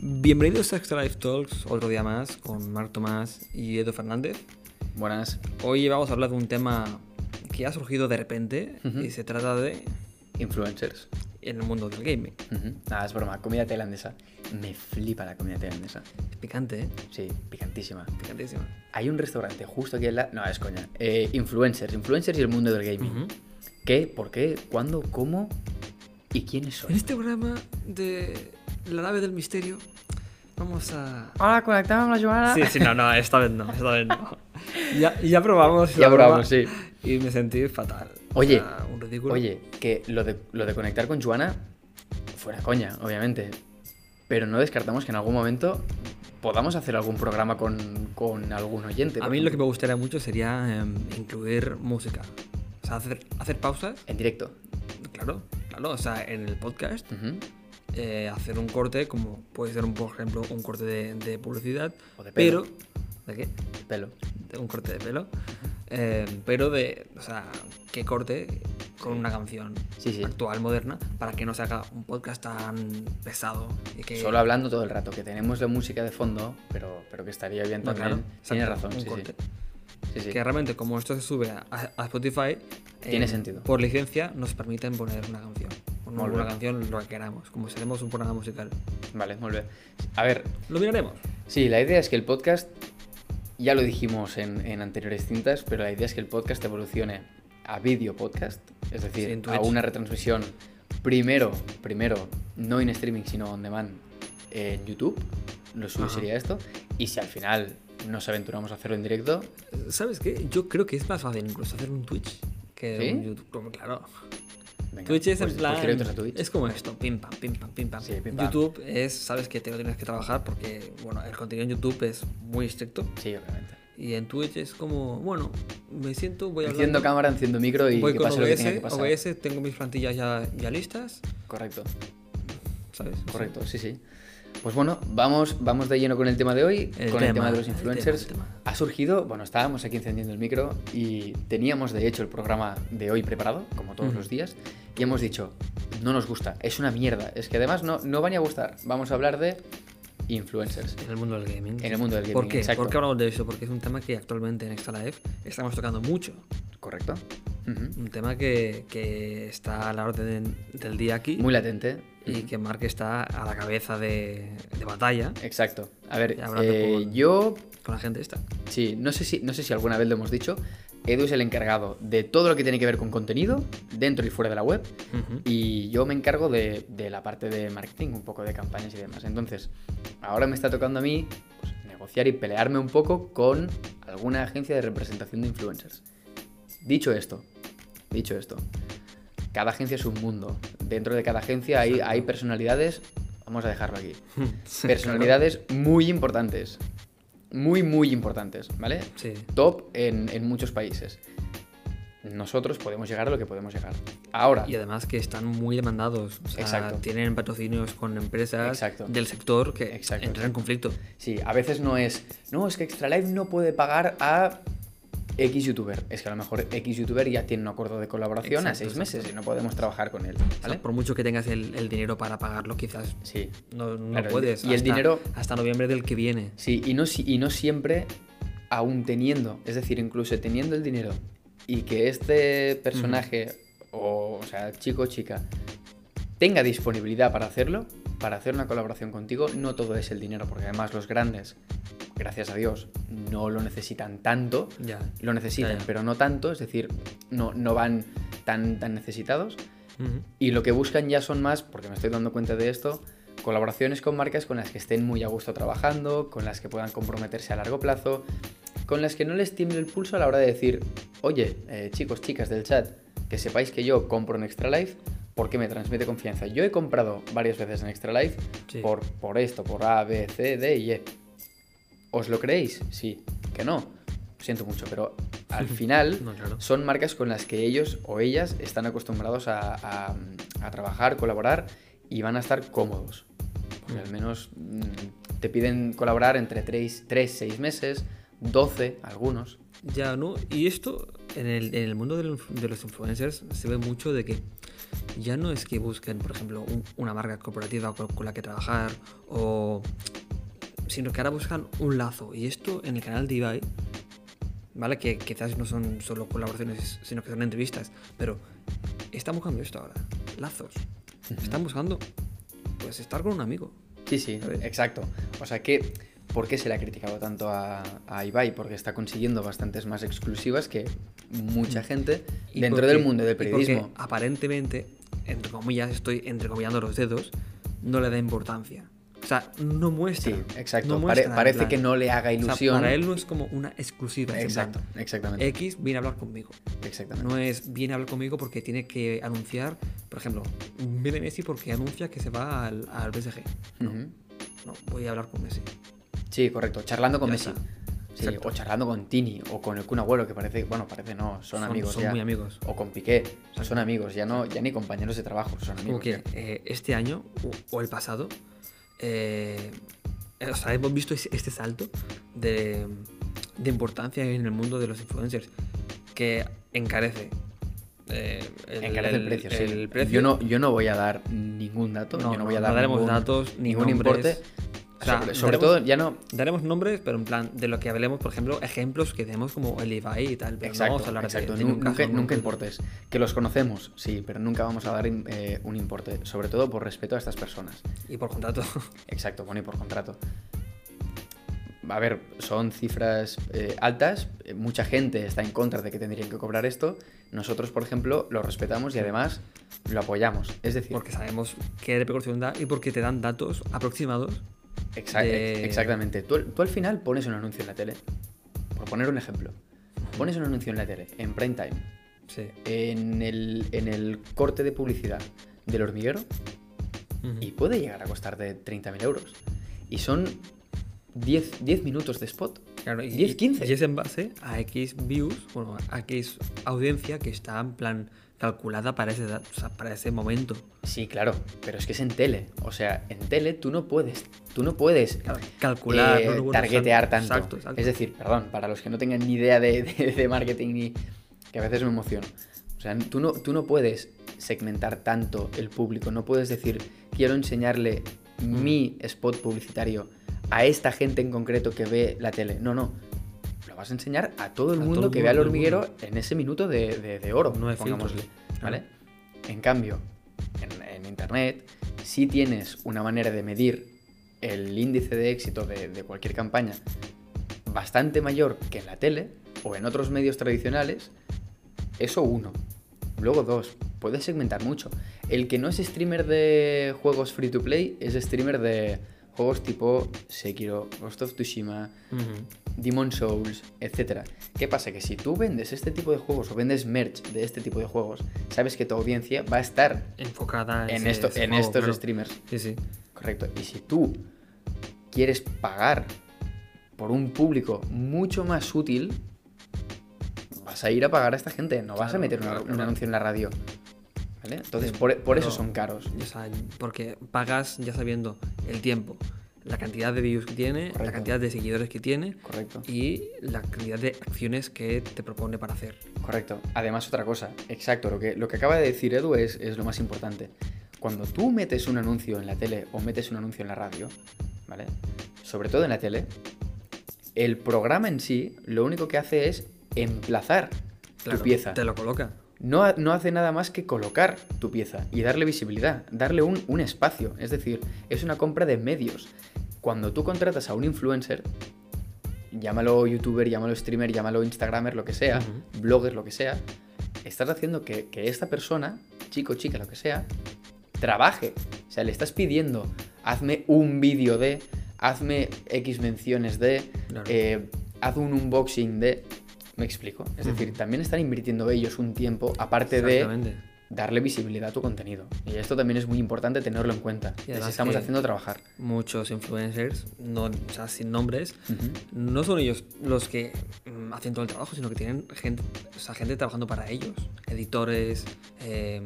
Bienvenidos a Extra Life Talks, otro día más con Marc Tomás y Edo Fernández. Buenas. Hoy vamos a hablar de un tema que ha surgido de repente Ujú. y se trata de Influencers. el mundo del gaming. Ujú. Nada, es broma. Comida tailandesa. Me flipa la comida tailandesa. Es picante, ¿eh? Sí, picantísima. Picantísimo. Hay un restaurante justo aquí en la... No, es coña. Eh, influencers. Influencers y el mundo del gaming. Ujú. ¿Qué? ¿Por qué? ¿Cuándo? ¿Cómo? ¿Y quiénes En son? este programa de La nave del misterio vamos a... Ahora conectamos la Joana. Ah. Sí, sí, no, no, esta vez no, esta vez no. Ya, ya probamos. Ya la broma probamos, sí. Y me sentí fatal. Oye, O sea, un ridículo. Oye, que lo de, lo de conectar con Joana, fuera coña, obviamente. Pero no descartamos que en algún momento podamos hacer algún programa con, con algún oyente. A por mí lo que ejemplo. me gustaría mucho sería em, incluir música. O sea, hacer, hacer pausas, En directo. claro, claro, o sea, en el podcast, Ujú. eh, hacer un corte, como puede ser, un, por ejemplo, un corte de, de publicidad, O de pero... pelo. ¿De qué? Pelo. De un corte de pelo. Em, pero de, o sea, que corte con una canción Sí, sí. actual, moderna, para que no se haga un podcast tan pesado. Y que, Solo hablando todo el rato, que tenemos la música de fondo, pero, pero que estaría bien No, también. Ah, claro, Tienes exacto, un razón, sí, sí. corte. sí, sí. que realmente como esto se sube a, a Spotify eh, Tiene sentido. por licencia nos permiten poner una canción o no Muy una bien. canción lo que queramos como seremos un programa musical Vale, muy bien. A ver, lo miraremos sí, la idea es que el podcast, ya lo dijimos en, en anteriores cintas, pero la idea es que el podcast evolucione a vídeo podcast, es Sí, decir, en a Twitch. una retransmisión primero, primero, no en streaming, sino on demand, en YouTube. Lo suyo Ajá. sería esto. Y si al final nos aventuramos a hacerlo en directo, ¿sabes qué? yo creo que es más fácil incluso hacer un Twitch que ¿Sí? un YouTube como, claro venga, Twitch es pues- en pues plan directos a Twitch. es como esto pim pam pim pam pim pam Sí, pim, pam. YouTube es sabes que te lo tienes que trabajar porque bueno el contenido en YouTube es muy estricto Sí, obviamente. y en Twitch es como bueno me siento voy Enciendo hablando cámara, enciendo micro y voy que con pase lo que tenga que OBS, pasar. OBS tengo mis plantillas ya, ya listas Correcto, ¿sabes? O sea, correcto, sí, sí. Pues bueno, vamos, vamos de lleno con el tema de hoy, El con el tema, tema de los el tema, influencers. el tema. Ha surgido, bueno, estábamos aquí encendiendo el micro y teníamos de hecho el programa de hoy preparado, como todos Ujú. los días, y hemos dicho, no nos gusta, es una mierda, es que además no, no van a gustar, vamos a hablar de influencers. En el mundo del gaming. En el mundo del gaming, ¿Por qué? exacto. ¿Por qué hablamos de eso? Porque es un tema que actualmente en Extra Life estamos tocando mucho. Correcto. Ujú. Un tema que, que está a la orden del día aquí Muy latente. y que Mark está a la cabeza de, de batalla Exacto. A ver, Y hablando eh, con- yo con la gente esta. Sí, no sé, si, no sé si alguna vez lo hemos dicho. Edu es el encargado de todo lo que tiene que ver con contenido, dentro y fuera de la web. Y yo me encargo de, de la parte de marketing, un poco de campañas y demás. Entonces, ahora me está tocando a mí pues, negociar y pelearme un poco con alguna agencia de representación de influencers. Dicho esto, dicho esto, cada agencia es un mundo. Dentro de cada agencia hay, hay personalidades. Vamos a dejarlo aquí personalidades muy importantes. Muy, muy importantes, ¿vale? Sí. Top en, en muchos países. Nosotros podemos llegar a lo que podemos llegar. Ahora, Y además que están muy demandados. O sea, Exacto. Tienen patrocinios con empresas Exacto. del sector que Exacto. entran en conflicto. sí, a veces no es, no, es que Extra Life no puede pagar a X youtuber. Es que a lo mejor X youtuber ya tiene un acuerdo de colaboración a Exacto, seis exacto. meses y no podemos trabajar con él, O sea, ¿vale? por mucho que tengas el, el dinero para pagarlo, quizás Sí, no, no Claro, y- puedes. y el hasta- dinero- Hasta noviembre del que viene. Sí, y no, si- y no siempre aún teniendo, es decir, incluso teniendo el dinero y que este personaje o, o sea, chico o chica tenga disponibilidad para hacerlo, para hacer una colaboración contigo, no todo es el dinero, porque además los grandes, gracias a Dios, no lo necesitan tanto, Ya. lo necesitan, ya. pero no tanto, es decir, no, no van tan, tan necesitados. Ujú. Y lo que buscan ya son más, porque me estoy dando cuenta de esto, colaboraciones con marcas con las que estén muy a gusto trabajando, con las que puedan comprometerse a largo plazo, con las que no les tiemble el pulso a la hora de decir, oye, eh, chicos, chicas del chat, que sepáis que yo compro en Extra Life porque me transmite confianza. Yo he comprado varias veces en Extra Life Sí. por, por esto, por A, B, C, D y E. ¿Os lo creéis? Sí, que no. Lo siento mucho, pero al final No, claro. son marcas con las que ellos o ellas están acostumbrados a, a- a trabajar, colaborar y van a estar cómodos. Porque al menos mm, te piden colaborar entre 3, 6 meses, 12 algunos. Ya, ¿no? Y esto en el, en el mundo del inf- de los influencers se ve mucho de que ya no es que busquen, por ejemplo, un- una marca corporativa con, con la que trabajar, o sino que ahora buscan un lazo. Y esto en el canal de Ibai, ¿vale? Que quizás no son solo colaboraciones, sino que son entrevistas, pero están buscando esto ahora, lazos. Están buscando, pues, estar con un amigo. Sí, sí, ¿Sabes? exacto. O sea que, ¿por qué se le ha criticado tanto a, a Ibai? Porque está consiguiendo bastantes más exclusivas que mucha gente Mm. Y dentro porque- del mundo del y porque periodismo. aparentemente, entre comillas, estoy entrecomillando los dedos, no le da importancia. O sea, no muestra. Sí, exacto. no Pare- muestra, en parece plan- que no le haga o sea, ilusión. para él no es como una exclusiva. es en plan, Eh, Exacto, exactamente. X viene a hablar conmigo. Exactamente. No es viene a hablar conmigo porque tiene que anunciar, por ejemplo, viene Messi porque anuncia que se va al, al PSG. Ujú. No, voy a hablar con Messi. Sí, correcto. Charlando con Ya Messi. está. Sí, Exacto. o charlando con Tini o con el Kun Agüero, que parece, bueno, parece no, son, amigos Son ya. muy amigos. O con Piqué, son amigos, ya no, ya ni compañeros de trabajo, son Como amigos. que eh, este año o, o el pasado, eh, o sea, hemos visto es- este salto de, de importancia en el mundo de los influencers que encarece. eh, Encarece el, precio, sí. el precio. Yo no, yo no voy a dar ningún dato, No, yo no no, voy a no dar daremos ningún- datos, ni ningún nombres. importe. O sea, sobre sobre daremos- todo, ya no. Daremos nombres, pero en plan, de lo que hablemos, por ejemplo, ejemplos que demos como el Ibai y tal. Pero no Exacto, vamos a hablar de- exacto. de nu- ningún caso nunca, nunca concreto. importes. Que los conocemos, sí, pero nunca vamos a dar eh, un importe. Sobre todo por respeto a estas personas. Y por contrato. Exacto, bueno, y por contrato. A ver, son cifras eh, altas, eh, mucha gente está en contra de que tendrían que cobrar esto. Nosotros, por ejemplo, lo respetamos y además lo apoyamos. Es decir, porque sabemos qué repercusión da y porque te dan datos aproximados. exa- de- exactamente. Tú, al- tú al final pones un anuncio en la tele. Por poner un ejemplo, pones un anuncio en la tele, en prime time, Sí. en el, en el corte de publicidad del hormiguero Ujú. y puede llegar a costarte 30.000 euros. Y son 10, 10 minutos de spot. Claro, y, 10, 15. y es en base a X views, bueno, a X audiencia que está en plan calculada para ese, da- o sea, para ese momento. Sí, claro, pero es que es en tele. O sea, en tele tú no puedes, tú no puedes Calcular, eh, no, no, bueno, targetear exacto, tanto. exacto, exacto. Es decir, perdón, para los que no tengan ni idea de, de- de marketing ni que a veces me emociono. O sea, tú no, tú no puedes segmentar tanto el público, no puedes decir, quiero enseñarle Mm. mi spot publicitario a esta gente en concreto que ve la tele. No, no. Lo vas a enseñar a todo el A mundo todo el que vea el mundo, todo el hormiguero en ese minuto de, de- de oro, No hay pongámosle. filtros. ¿Vale? En cambio, en, en Internet sí tienes una manera de medir el índice de éxito de, de cualquier campaña bastante mayor que en la tele o en otros medios tradicionales. Eso uno. Luego dos, puedes segmentar mucho. El que no es streamer de juegos free to play es streamer de juegos tipo Sekiro, Ghost of Tsushima, Ujú. Demon Souls, etcétera. ¿Qué pasa? Que si tú vendes este tipo de juegos o vendes merch de este tipo de juegos, sabes que tu audiencia va a estar Enfocada en, en, ese- esto, ese en juego, estos claro. streamers. Sí, sí. Correcto. Y si tú quieres pagar por un público mucho más útil, vas a ir a pagar a esta gente, no vas a Claro, meter una- claro, un claro. anuncio en la radio. ¿Vale? Entonces, Sí, por, por eso pero- son caros. O sea, porque pagas ya sabiendo el tiempo, la cantidad de views que tiene, Correcto. la cantidad de seguidores que tiene Correcto. y la cantidad de acciones que te propone para hacer. Correcto. Además, otra cosa, exacto, lo que, lo que acaba de decir Edu es, es lo más importante. Cuando tú metes un anuncio en la tele o metes un anuncio en la radio, ¿vale? Sobre todo en la tele, el programa en sí lo único que hace es emplazar Claro, tu pieza. Te lo coloca. No, ha- no hace nada más que colocar tu pieza y darle visibilidad, darle un, un espacio. Es decir, es una compra de medios. Cuando tú contratas a un influencer, llámalo youtuber, llámalo streamer, llámalo instagramer, lo que sea, Ujú. blogger, lo que sea, estás haciendo que, que esta persona, chico, chica, lo que sea, trabaje. O sea, le estás pidiendo, hazme un vídeo de, hazme X menciones de, Claro. eh, haz un unboxing de... Me explico. Es decir, Ujú. también están invirtiendo ellos un tiempo, aparte de Exactamente. darle visibilidad a tu contenido. Y esto también es muy importante tenerlo en cuenta. Y Les además estamos que- haciendo trabajar. Muchos influencers, no, o sea, sin nombres, Ujú. no son ellos los que mm, hacen todo el trabajo, sino que tienen gente, o sea, gente trabajando para ellos. Editores, eh,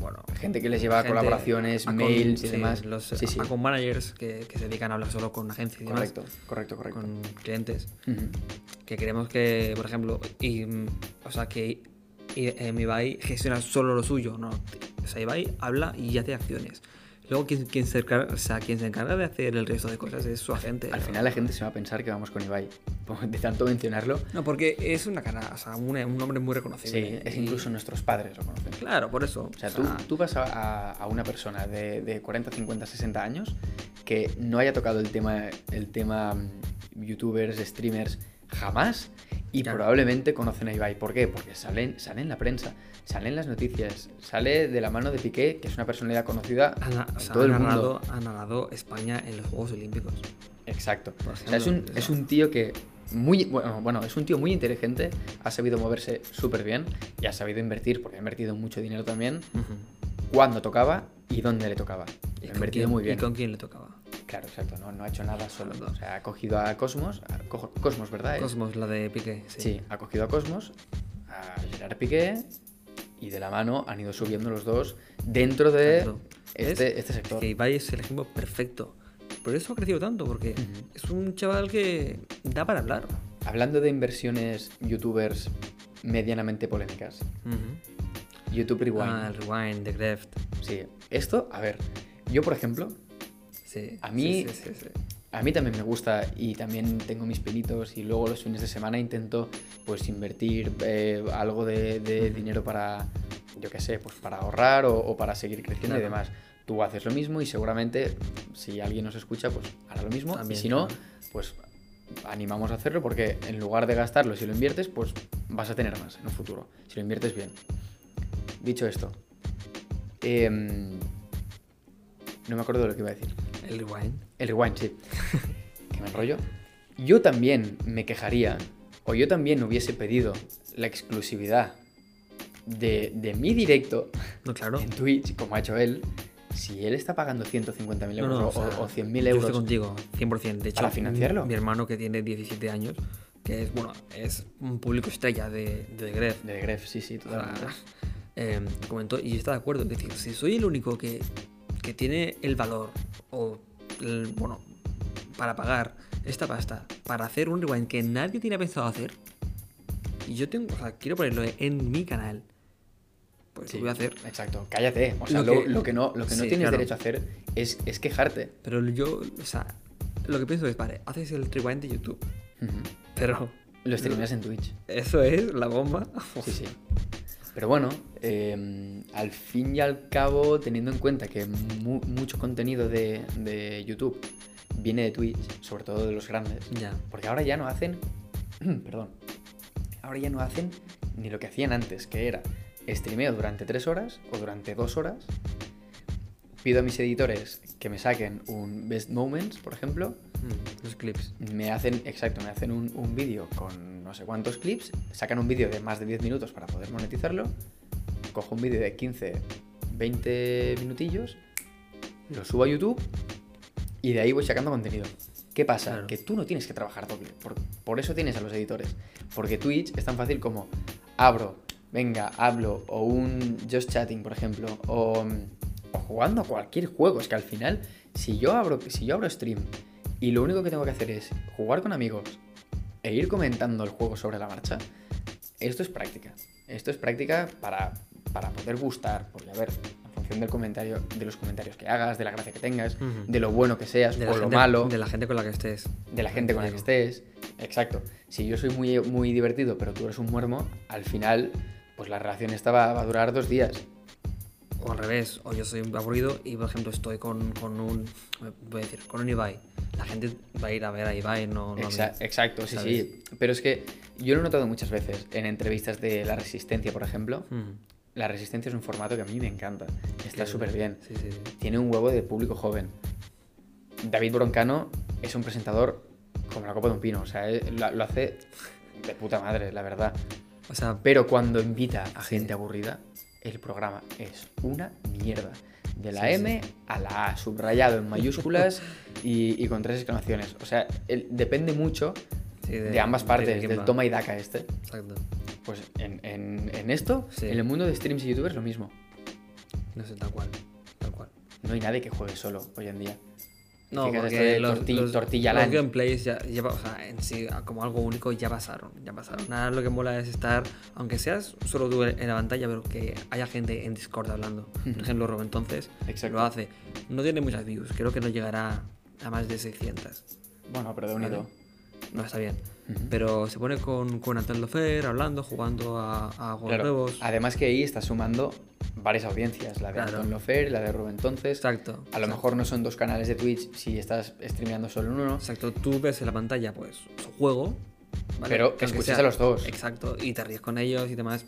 bueno. Gente que les lleva a gente- colaboraciones, account- mails y sí, demás. Los Sí, sí. account managers que, que se dedican a hablar solo con agencias y demás, Correcto, correcto, correcto. con eh, clientes. Ujú. Que queremos que, por em, ejemplo, y, mm, o sea, que y, eh, mi Ibai gestiona solo lo suyo, ¿no? O acciones. O sea, Ibai habla y hace acciones. Luego, quien, quien se encarga, o sea, quien se encarga de hacer el resto de cosas es su agente. Al ¿no? final la gente se va a pensar que vamos con Ibai. De tanto mencionarlo. No, porque es una cara, o sea, una- un hombre muy Sí, reconocible. es incluso nuestros padres lo conocen. Claro, por eso. O sea, tú, tú vas a, a- a una persona de, de 40, 50, 60 años que no haya tocado el tema, el tema mm, youtubers, streamers jamás y Claro. probablemente conocen a Ibai. ¿Por qué? Porque salen, sale en la prensa, salen las noticias, sale de la mano de Piqué, que es una personalidad conocida ha, na- en o sea, todo ha el narrado, mundo. ha narrado España en los Juegos Olímpicos. Exacto. Por O sea, es, un, ejemplo, es eso. un tío que muy bueno, bueno, es un tío muy inteligente, ha sabido moverse súper bien y ha sabido invertir, porque ha invertido mucho dinero también cuándo tocaba y dónde le tocaba. ¿Y Lo ha con invertido quién- muy bien. ¿Y con quién le tocaba? Claro, exacto. No, no ha hecho nada solo. Claro. O sea, ha cogido a Cosmos. a Cojo- Cosmos, ¿verdad? es? Cosmos, la de Piqué. Sí. Sí. ha cogido a Cosmos, a Gerard Piqué y de la mano han ido subiendo los dos dentro de Exacto. este, este sector. Que Ibai es el ejemplo perfecto. Por eso ha crecido tanto, porque Ujú. es un chaval que da para hablar. Hablando de inversiones youtubers medianamente polémicas. YouTube Rewind. Ah, el Rewind, The Greft. Sí. Esto, a ver, yo por ejemplo, Sí. A sí, mí- sí, sí, sí. A mí también me gusta y también tengo mis pinitos y luego los fines de semana intento pues invertir eh, algo de, de dinero para, yo qué sé, pues para ahorrar o, o para seguir creciendo y Claro. demás. Tú haces lo mismo y seguramente si alguien nos escucha pues hará lo mismo También, y si no, claro. pues animamos a hacerlo porque en lugar de gastarlo si lo inviertes pues vas a tener más en un futuro, si lo inviertes bien. Dicho esto, em, no me acuerdo de lo que iba a decir. El Rewind. El rewind, sí. que me enrollo. Yo también me quejaría, o yo también hubiese pedido la exclusividad de, de mi directo No, claro. en Twitch, como ha hecho él, si él está pagando 150.000 No, euros no, o, o sea, o 100.000 Yo estoy euros. contigo, 100%. De hecho, ¿Para financiarlo? Mi, mi hermano que tiene 17 años, que es, bueno, es un público estrella de, de Gref, De Gref, sí, sí, totalmente. eh, comentó y está de acuerdo. Es decir, si soy el único que, que tiene el valor o, el- bueno, para pagar esta pasta, para hacer un rewind que nadie tiene pensado hacer, y yo tengo, o sea, quiero ponerlo en mi canal, pues Sí, lo voy a hacer. Exacto, cállate. O sea, Lo lo, que- lo que no, lo que no sí, tienes claro. derecho a hacer es, es quejarte. Pero yo, o sea, lo que pienso es, vale, haces el rewind de YouTube, Ujú. pero Lo streameas en Twitch. eso es la bomba. Sí, sí. Pero bueno, eh, al fin y al cabo, teniendo en cuenta que mu- mucho contenido de, de YouTube viene de Twitch, sobre todo de los grandes, Ya. porque ahora ya no hacen, perdón, ahora ya no hacen ni lo que hacían antes, que era streameo durante tres horas o durante dos horas, pido a mis editores que me saquen un Best Moments, por ejemplo, Mm, Los clips. me hacen, exacto, me hacen un, un vídeo con no sé cuántos clips, sacan un vídeo de más de 10 minutos para poder monetizarlo, cojo un vídeo de 15, 20 minutillos, lo subo a YouTube y de ahí voy sacando contenido. ¿Qué pasa? Claro. Que tú no tienes que trabajar doble, por, por eso tienes a los editores, porque Twitch es tan fácil como abro, venga, hablo, o un Just Chatting, por ejemplo, o, mm, o jugando a cualquier juego, es que al final, si yo abro, si yo abro stream y lo único que tengo que hacer es jugar con amigos e ir comentando el juego sobre la marcha, esto es práctica. Esto es práctica para, para poder gustar, porque a ver, en función del comentario, de los comentarios que hagas, de la gracia que tengas, Ujú. de lo bueno que seas De la o lo gente- malo, De la gente con la que estés. de la gente con la que estés. Exacto. Si yo soy muy, muy divertido, pero tú eres un muermo, al final, pues la relación esta va, va a durar dos días. O al revés, o yo soy aburrido y por ejemplo estoy con, con un. eh, Voy a decir, con un Ibai. La gente va a ir a ver a Ibai, no, no a mí. Exa- exacto, sí, ¿sabes? sí. Pero es que yo lo he notado muchas veces en entrevistas de La Resistencia, por ejemplo. Mm, La Resistencia es un formato que a mí me encanta. Está que- súper bien. Sí, sí, sí. tiene un huevo de público joven. David Broncano es un presentador como la copa de un pino, o sea, él lo, lo hace de puta madre, la verdad. O sea, Pero cuando invita a Sí. gente aburrida, el programa es una mierda. De la Sí, sí. M a la A, subrayado en mayúsculas y, y con tres exclamaciones. O sea, él- depende mucho sí, de, ambas partes, quién del va. toma y daca este. Exacto. Pues en, en- en esto, Sí. en el mundo de streams y youtubers, lo mismo. No sé, tal cual. Tal cual. No hay nadie que juegue solo hoy en día. No, Fíjate, porque esto de los, torti- los- tortilla los land. gameplays ya, ya va- o sea, en sí, ah, como algo único ya pasaron, ya pasaron. Ahora lo que mola es estar, aunque seas solo tú en la pantalla, pero que haya gente en Discord hablando. Por ejemplo, Rob entonces Exacto. lo hace. No tiene muchas views, creo que no llegará a más de 600. Bueno, pero de Vale. unido. No está bien. Pero se pone con, con Antel Lofer hablando, jugando a, a juegos Claro, nuevos. Además que ahí está sumando varias audiencias, la de Claro. Anton Lofer, la de Rubén Entonces. Exacto. A lo mejor no son dos canales de Twitch si estás streameando solo en uno. Exacto, tú ves en la pantalla pues su juego. ¿vale? Pero aunque escuchas a los dos. Exacto, y te ríes con ellos y demás.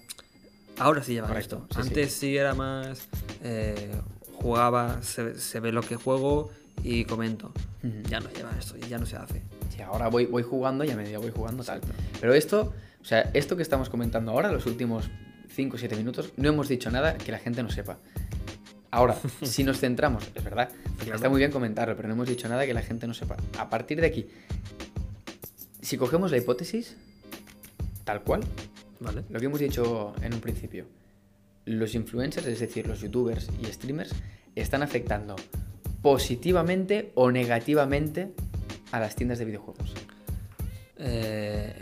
Ahora sí llevan Correcto, esto. sí, Antes sí. era más. eh, jugaba, se, se ve lo que juego y comento. Ujú. Ya no llevan esto, ya no se hace. Sí, ahora voy, voy jugando y a medida voy jugando tal. Pero esto, o sea, esto que estamos comentando ahora, los últimos 5 o 7 minutos, no hemos dicho nada que la gente no sepa. Ahora, si nos centramos, es verdad, Claro. está muy bien comentarlo, pero no hemos dicho nada que la gente no sepa. A partir de aquí, si cogemos la hipótesis, tal cual, ¿Vale? lo que hemos dicho en un principio, los influencers, es decir, los youtubers y streamers, están afectando positivamente o negativamente a las tiendas de videojuegos. Eh,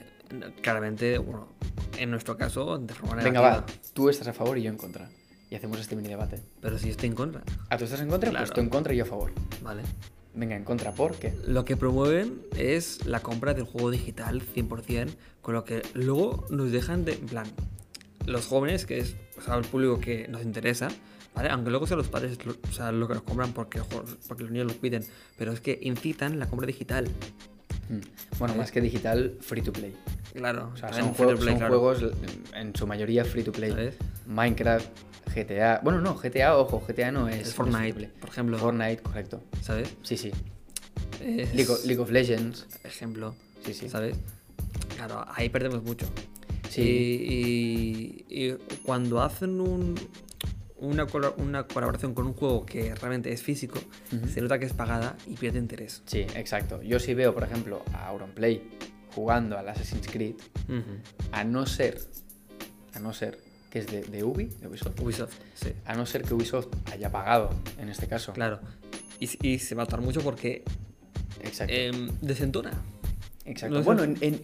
claramente, bueno, en nuestro caso, de forma Venga, negativa. va, tú estás a favor y yo en contra. Y hacemos este mini debate. Pero si estoy en contra, ¿A tú estás en contra? Pues Claro. tú en contra y yo a favor. ¿vale? Venga, en contra, ¿por qué? Lo que promueven es la compra del juego digital 100%, con lo que luego nos dejan de, en plan, los jóvenes, que es o sea, el público que nos interesa, ¿vale? Aunque luego sean los padres lo- o sea, lo que nos compran porque, los juegos- porque los niños los piden, pero es que incitan la compra digital, Mm. Bueno, más que digital, free to play. claro. O sea, también son, Ah, free to juegos, play, son claro. juegos mm, en su mayoría free to play. ¿Sabes? Minecraft, GTA. Bueno, no, GTA, ojo, GTA no es. El no es free to Fortnite, play. por ejemplo, Fortnite, correcto. ¿sabes? Sí, sí. Es- League of, League of Legends. Ejemplo, Sí, sí. ¿sabes? Claro, ahí perdemos mucho. Sí. Y, y- y cuando hacen un- una, colo- una colaboración con un juego que realmente es físico, se nota que es pagada y pierde interés. Sí, exacto. Yo sí veo, por ejemplo, a Auronplay jugando al Assassin's Creed, a no ser, a no ser, que es de, de Ubi, de Ubisoft, Ubisoft, sí, a no ser que Ubisoft haya pagado, en este caso. claro. Y, y se va a notar mucho porque Exacto. eh, desentona. exacto. no sé. bueno, en, en,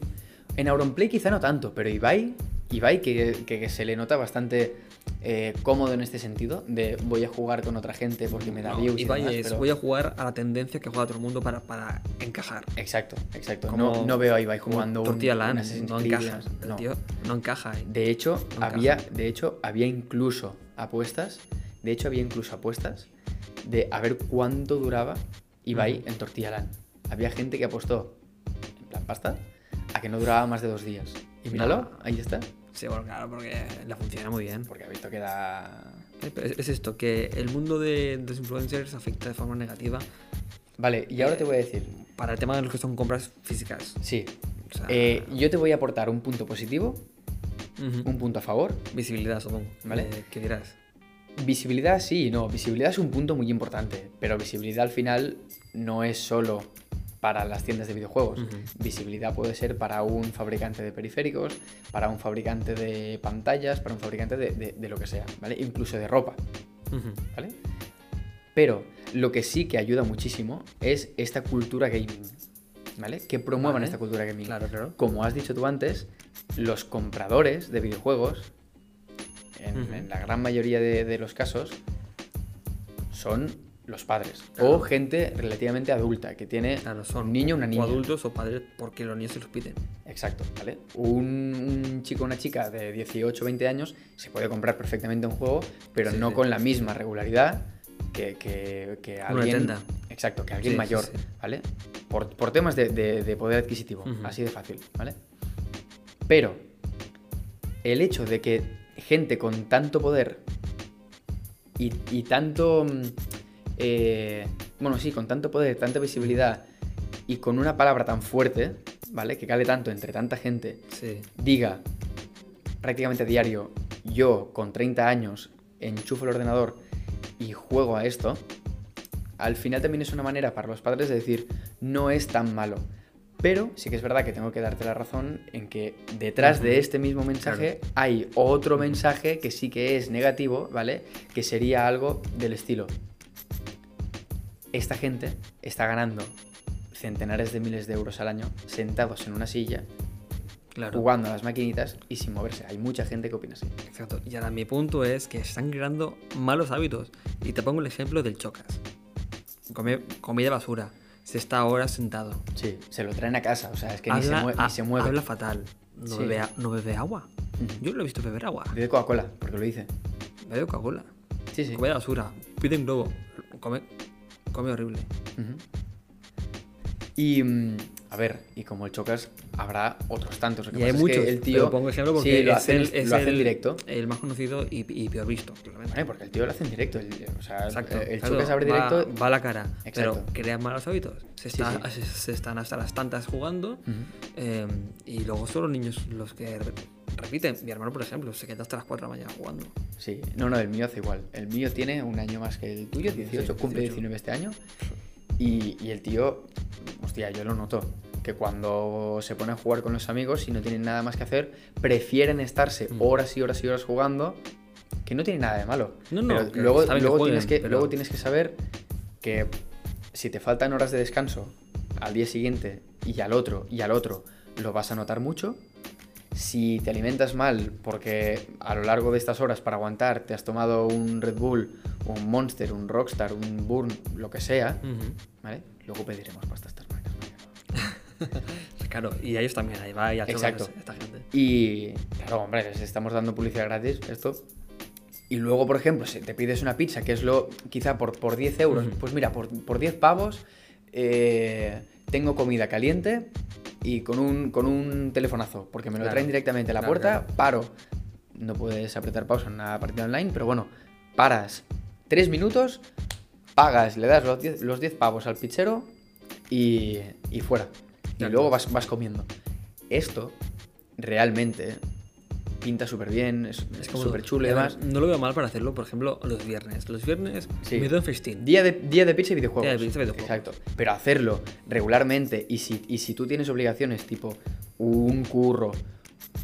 en Auronplay quizá no tanto, pero Ibai, Ibai que, que- que se le nota bastante eh, cómodo en este sentido, de voy a jugar con otra gente porque me da No, views y y vaya, demás, es, pero- voy a jugar a la tendencia que juega todo el mundo para, para encajar. Exacto, exacto. Como- no, no veo a Ibai Como jugando un- Tortilla un Land, Assassin's no Creed, encaja. El no. tío no encaja. ahí. De hecho, No había, de hecho, había incluso apuestas. De hecho, había incluso apuestas de a ver cuánto duraba Ibai en Tortilla Land. Había gente que apostó, en plan pasta, a que no duraba más de dos días. Y míralo, No. ahí está. Sí, bueno, claro, porque le funciona muy bien. Porque ha visto que da. Eh, pero Es es esto, que el mundo de, de los influencers afecta de forma negativa Vale, y ahora te voy a decir. para el tema de los que son compras físicas. Sí. O sea, eh, yo te voy a aportar un punto positivo, ujú. un punto a favor. Visibilidad, supongo. Vale. Eh, ¿Qué dirás? Visibilidad sí y no, visibilidad es un punto muy importante, pero visibilidad al final no es solo para las tiendas de videojuegos. Ujú. Visibilidad puede ser para un fabricante de periféricos, para un fabricante de pantallas, para un fabricante de, de- de lo que sea, ¿vale? Incluso de ropa, Ujú. ¿vale? Pero lo que sí que ayuda muchísimo es esta cultura gaming, ¿vale? Que promuevan Vale. esta cultura gaming. Claro, claro. Como has dicho tú antes, los compradores de videojuegos, en, Ujú. en la gran mayoría de, de los casos, son los padres o Claro. gente relativamente adulta que tiene Claro, son un niño o una o niña. adultos o padres porque los niños se los piden. Exacto, ¿vale? Un, un chico o una chica de 18 o 20 años se puede comprar perfectamente un juego, pero Sí, no sí. con la misma regularidad que, que, que Una alguien. tienda. Exacto, que alguien Sí, sí, mayor, sí. ¿vale? Por, por temas de, de- de poder adquisitivo, Ujú. así de fácil, ¿vale? Pero el hecho de que gente con tanto poder y, y tanto. mm, eh, bueno, sí, con tanto poder, tanta visibilidad y con una palabra tan fuerte, ¿vale? Que cale tanto entre tanta gente, Sí. diga prácticamente a diario: Yo con 30 años enchufo el ordenador y juego a esto. Al final también es una manera para los padres de decir: No es tan malo. Pero sí que es verdad que tengo que darte la razón en que detrás de Ujú. este mismo mensaje hay otro mensaje que sí que es negativo, ¿vale? Que sería algo del estilo. esta gente está ganando centenares de miles de euros al año sentados en una silla, Claro. jugando a las maquinitas y sin moverse. Hay mucha gente que opina así. Exacto. Y ahora mi punto es que están creando malos hábitos. Y te pongo el ejemplo del chocas. Come- comida basura. Se está ahora sentado. Sí, se lo traen a casa, o sea, es que ni se, mue- ni ha- se mueve. habla fatal. No, Sí. bebe, a- no bebe agua. Ujú. Yo lo he visto beber agua. Bebe Coca-Cola, porque lo dice. Bebe Coca-Cola. Sí, sí. Come basura. Pide un globo. Come, come horrible. Ujú. Y, mm, a ver, y como el Chocas, habrá otros tantos. Lo que Y hay pasa es que muchos. el tío, pero pongo ejemplo porque sí, lo es hacen, el, es lo hacen el- directo. El más conocido y, y peor visto, claramente. Vale, porque el tío lo hace en directo. el- o sea, Exacto. el claro, Chocas abre va- directo. Va, a la cara. Exacto. Pero crean malos hábitos. Se, Sí, Mm. está- se- se están hasta las tantas jugando. Ujú. eh, y luego son los niños los que re- repiten. Mi hermano, por ejemplo, se queda hasta las 4 de la mañana jugando. Sí, no, no, el mío hace igual. El mío tiene un año más que el tuyo, El mío, sí, 18, cumple 18. 19 este año. Y, y el tío, hostia, yo lo noto. Que cuando se pone a jugar con los amigos y no tienen nada más que hacer, prefieren estarse Mm. horas y horas y horas jugando, que no tiene nada de malo. No, no, Pero que luego, está bien que luego jueguen, tienes que, pero- luego tienes que saber que si te faltan horas de descanso al día siguiente y al otro y al otro, lo vas a notar mucho. Si te alimentas mal porque a lo largo de estas horas para aguantar te has tomado un Red Bull, un Monster, un Rockstar, un Burn, lo que sea, ¿vale? Luego pediremos pasta a estas marcas. ¿no? Claro, y a ellos también. Ahí va y a chocas Exacto. esta gente. Y claro, hombre, les estamos dando publicidad gratis, esto. Y luego, por ejemplo, si te pides una pizza, que es lo quizá por, por 10 euros, Ujú. pues mira, por, por 10 pavos eh, tengo comida caliente y con un, con un telefonazo, porque me lo Claro. traen directamente a la Claro, puerta, claro. paro. No puedes apretar pausa en una partida online, pero bueno, paras 3 minutos, pagas, le das los 10 los 10 pavos al pichero y, y fuera. Y Claro. luego vas, vas comiendo. Esto realmente pinta súper bien, es súper chulo y a ver, demás. No lo veo mal para hacerlo, por ejemplo, los viernes. Los viernes Sí. me doy un festín. Día de, día de pizza y videojuegos. Día de pizza y videojuegos. Exacto. Pero hacerlo regularmente y si, y si tú tienes obligaciones tipo un curro,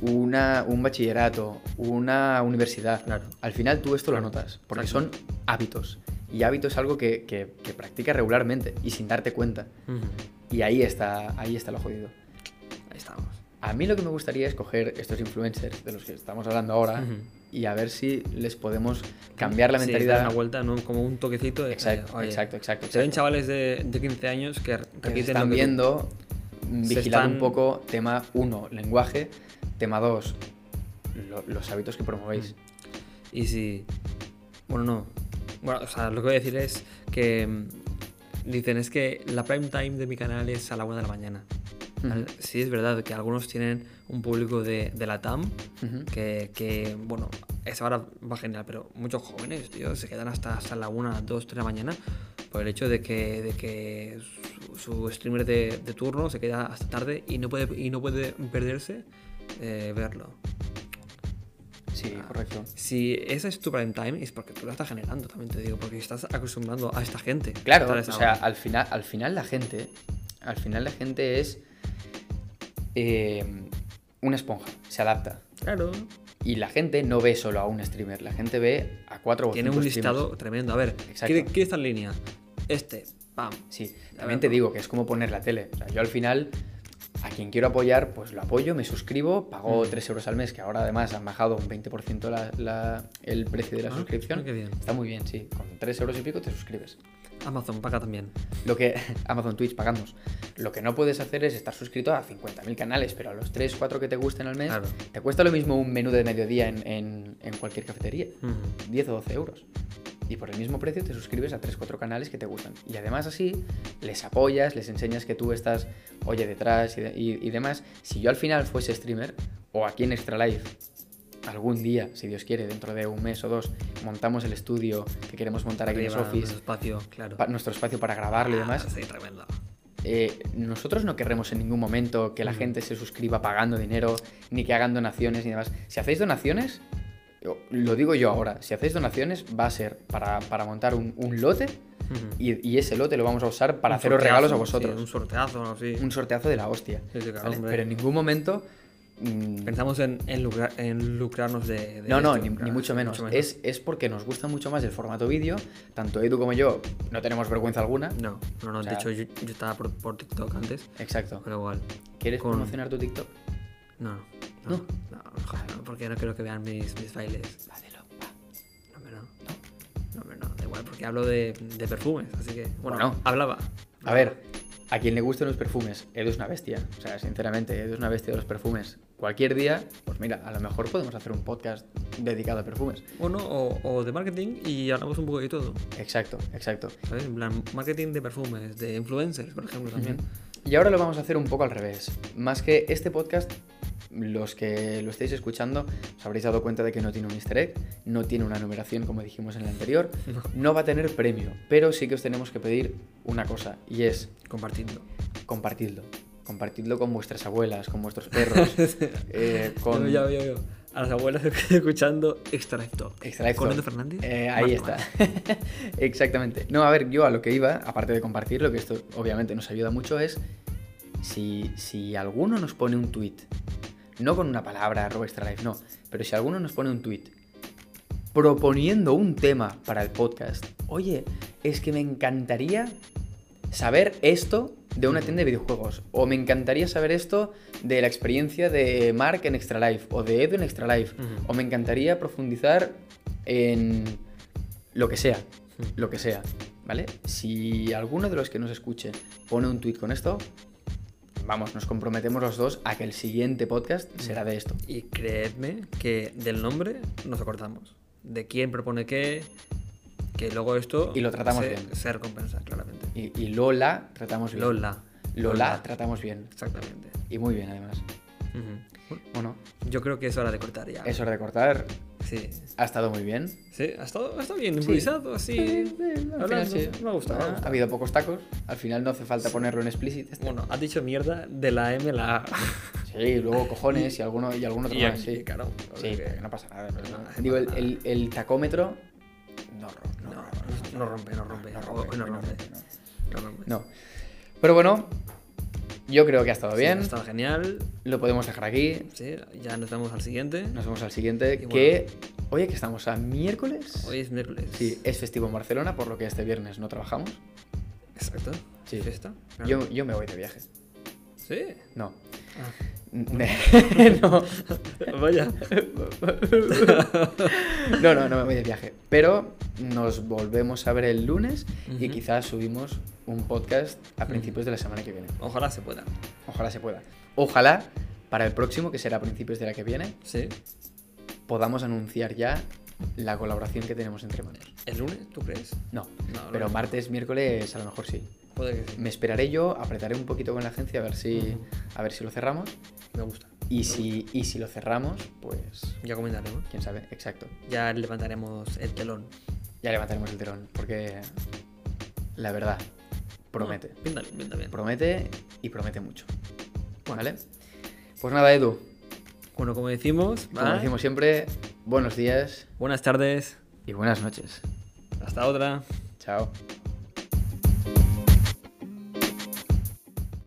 una, un bachillerato, una universidad, Claro. al final tú esto lo notas, porque son Exacto. hábitos. Y hábito es algo que, que- que practicas regularmente y sin darte cuenta. Ujú. Y ahí está, ahí está lo jodido. Ahí estamos. A mí lo que me gustaría es coger estos influencers de los que estamos hablando ahora Ujú. y a ver si les podemos cambiar la Sí, mentalidad. dar una vuelta, ¿no? Como un toquecito. de, Exacto, eh, oye, exacto, exacto, Se ven exacto. chavales de, de 15 años que que repiten nos lo están que tú- viendo, mm, Se vigilar un están- poco tema 1, lenguaje, tema 2, los hábitos que promovéis. Y si. Bueno, no. Bueno, o sea, lo que voy a decir es que. mm, Dicen, es que la prime time de mi canal es a la 1 de la mañana. ¿vale? Ujú. Sí, es verdad que algunos tienen un público de, de la TAM Ujú. que, que, bueno, esa hora va genial, pero muchos jóvenes, tío, se quedan hasta, hasta la 1, 2, 3 de la mañana por el hecho de que, de que su, su streamer de, de turno se queda hasta tarde y no puede, y no puede perderse eh, verlo. Sí, correcto. Si ese es tu prime time, es porque tú lo estás generando, también te digo, porque estás acostumbrando a esta gente. Claro, Tal o vez sea, ahora. al final, al final la gente, al final la gente es eh, una esponja, se adapta. claro. Y la gente no ve solo a un streamer, la gente ve a cuatro o Tiene cinco un streamers. listado tremendo. A ver, Exacto. ¿quién, quién está en línea? Este, pam. Sí, A también ver, te ¿no? digo que es como poner la tele. O sea, yo al final, a quien quiero apoyar, pues lo apoyo, me suscribo, pago Mm. 3 euros al mes, que ahora además han bajado un 20% la- la- el precio de la Ah, suscripción. ah, qué bien. Está muy bien, sí. Con 3 euros y pico te suscribes. Amazon paga también. Lo que Amazon Twitch pagamos. Lo que no puedes hacer es estar suscrito a 50.000 canales, pero a los 3, 4 que te gusten al mes, Claro. te cuesta lo mismo un menú de mediodía en, en- en cualquier cafetería. Ujú. 10 o 12 euros. Y por el mismo precio te suscribes a 3-4 canales que te gustan. Y además así les apoyas, les enseñas que tú estás, oye, detrás y, de- y- y demás. Si yo al final fuese streamer, o aquí en Extra Life, algún día, si Dios quiere, dentro de un mes o dos, montamos el estudio que queremos montar aquí en Arriba, pues. Sofis, nuestro espacio, claro. pa- nuestro espacio para grabarlo y demás, Ah, sí, tremendo. eh, nosotros no querremos en ningún momento que la Ujú. gente se suscriba pagando dinero, ni que hagan donaciones ni demás. Si hacéis donaciones, yo- lo digo yo ahora, si hacéis donaciones va a ser para, para montar un, un lote Ujú. y, y ese lote lo vamos a usar para Un haceros sorteazo, regalos a sí, vosotros. un sorteazo, así. un... sorteazo de la hostia. Sí, sí, claro, ¿vale? hombre. Pero en ningún momento mm, Pensamos en, en, lucra- en lucrarnos de. de no, no, esto, ni, ni claro, mucho menos. Es, es porque nos gusta mucho más el formato vídeo. Tanto Edu como yo no tenemos vergüenza alguna. No, no, no. O sea- de hecho, yo, yo estaba por, por TikTok antes, Exacto. pero igual. ¿Quieres con- promocionar tu TikTok? No, no. ¿No? No, no, joder, no, porque no creo que vean mis, mis bailes. Hazlo. No, hombre, no. No, hombre, no. Da igual, porque hablo de, de perfumes, así que. Bueno, Bueno. hablaba. A ver, a quien le gusten los perfumes, Edu es una bestia. O sea, sinceramente, Edu es una bestia de los perfumes. Cualquier día, pues mira, a lo mejor podemos hacer un podcast dedicado a perfumes. Uno, o, o de marketing y hablamos un poco de todo. Exacto, exacto. ¿Sabes? En plan, marketing de perfumes, de influencers, por ejemplo, también. Y ahora lo vamos a hacer un poco al revés. Más que este podcast, los que lo estéis escuchando os habréis dado cuenta de que no tiene un easter egg, no tiene una numeración como dijimos en el anterior, No. no va a tener premio, pero sí que os tenemos que pedir una cosa y es Compartiendo. compartidlo. Compartidlo con vuestras abuelas, con vuestros perros, eh, con... Yo ya veo yo a las abuelas escuchando Extra Life Talk. Extra Life Con Talk. Edu Fernández. Eh, Marta ahí está. Mata. Exactamente. No, a ver, yo a lo que iba, aparte de compartir, lo que esto obviamente nos ayuda mucho es si, si alguno nos pone un tweet, no con una palabra, arroba extra life, no, pero si alguno nos pone un tweet proponiendo un tema para el podcast, oye, es que me encantaría saber esto de una tienda de videojuegos, o me encantaría saber esto de la experiencia de Mark en Extra Life, o de Edu en Extra Life, Ujú. o me encantaría profundizar en lo que sea, lo que sea, ¿vale? Si alguno de los que nos escuche pone un tweet con esto, vamos, nos comprometemos los dos a que el siguiente podcast será de esto. Y creedme que del nombre nos acordamos. De quién propone qué. Que luego esto. Y lo tratamos se, bien. Se recompensa, claramente. Y, y Lola tratamos bien. Lola. Lola tratamos bien. Exactamente. Y muy bien, además. Ujú. Bueno, Yo creo que es hora de cortar ya. es hora de cortar. Sí. Ha estado muy bien. Sí, ha estado, ha estado bien, improvisado, así. Al Hablando, final sí. Me ha gustado. me ha Ha gustado. habido pocos tacos. Al final no hace falta ponerlo en explícito. Bueno, has dicho mierda de la M a la A. Sí, luego cojones y alguno, y alguno otro Y más. aquí, Sí, claro. o sea Sí, que- que no pasa nada. pero No, no. no Digo, el, pasa el- el tacómetro no, ro- no, No, ro- no rompe, no rompe. no Hoy rompe, no hoy no rompe. rompe, no. No rompe. No. Pero bueno, yo creo que ha estado Sí, bien. ha estado genial. Lo podemos dejar aquí. Sí, ya nos vemos al siguiente. Nos vemos al siguiente. Y Que. Oye, que estamos a miércoles. Hoy es miércoles. Sí, eh. es festivo en Barcelona, por lo que este viernes no trabajamos. Exacto. Sí. Fiesta. claro. Yo, yo me voy de viaje. Sí. No. Ah. no. Vaya. No, no, no me voy de viaje. Pero nos volvemos a ver el lunes y Ujú. quizás subimos un podcast a principios de la semana que viene. Ojalá se pueda. Ojalá se pueda. Ojalá para el próximo, que será a principios de la que viene, Sí. podamos anunciar ya la colaboración que tenemos entre manos. ¿El lunes, tú crees? No, No, no. pero martes, miércoles, a lo mejor sí. Puede que sí. Me esperaré yo, apretaré un poquito con la agencia a ver si, Ujú. a ver si lo cerramos. Me gusta. Y si, y si lo cerramos, pues Ya comentaremos. quién sabe, exacto. Ya levantaremos el telón. Ya levantaremos el telón, porque la verdad, promete. No, Ah, pinta bien, pinta bien. Promete y promete mucho. Bueno. ¿Vale? Pues nada, Edu, Bueno, como decimos, como ¿vale? decimos siempre, buenos días buenas tardes. y buenas noches. Hasta otra. Chao.